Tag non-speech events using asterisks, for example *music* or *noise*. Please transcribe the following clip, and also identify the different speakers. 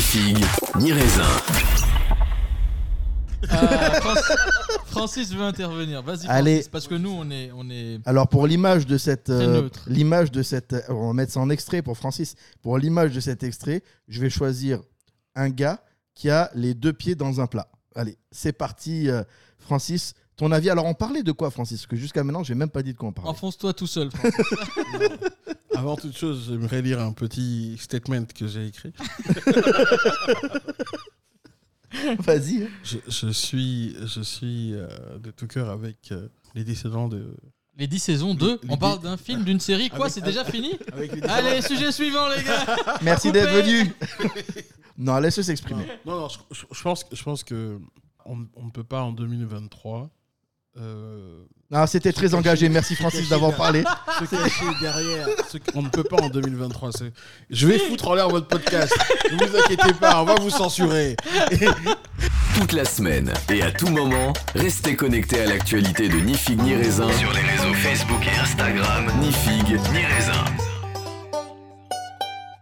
Speaker 1: figue, ni raisin.
Speaker 2: Euh, Francis- Francis veut intervenir. Vas-y,
Speaker 3: Allez.
Speaker 2: Francis, parce que nous, on est, on est
Speaker 3: Alors pour l'image de cette
Speaker 2: Très
Speaker 3: euh,
Speaker 2: neutre.
Speaker 3: l'image de cette euh, on va mettre ça en extrait pour Francis. Pour l'image de cet extrait, je vais choisir un gars qui a les deux pieds dans un plat. Allez, c'est parti euh, Francis, ton avis. Alors on parlait de quoi Francis Parce que jusqu'à maintenant, j'ai même pas dit de quoi on parlait.
Speaker 2: Enfonce-toi tout seul, Francis.
Speaker 4: Avant toute chose, j'aimerais lire un petit statement que j'ai écrit.
Speaker 3: Vas-y.
Speaker 4: Je, je suis, je suis euh, de tout cœur avec euh, les descendants de.
Speaker 2: Les 10 saisons 2, on
Speaker 4: les-
Speaker 2: parle d'un film, d'une série, quoi,
Speaker 4: Avec-
Speaker 2: c'est déjà fini
Speaker 4: Avec les
Speaker 2: Allez, sujet suivant, les gars
Speaker 3: Merci
Speaker 2: Coupé
Speaker 3: d'être venu.
Speaker 2: *laughs*
Speaker 3: non, laisse-le s'exprimer.
Speaker 4: Non, non, je, je- je pense, que- je pense que on, on ne peut pas en 2023 euh,
Speaker 3: Non, Ah, c'était très engagé. Merci Francis d'avoir parlé.
Speaker 4: se cacher derrière. ce qu'on ne peut pas en 2023. c'est- Je vais foutre en l'air votre podcast. Ne vous inquiétez pas, on va vous censurer.
Speaker 1: Toute la semaine et à tout moment, restez connectés à l'actualité de Ni Figue Ni Raisin sur les réseaux Facebook et Instagram. Ni Figue Ni Raisin.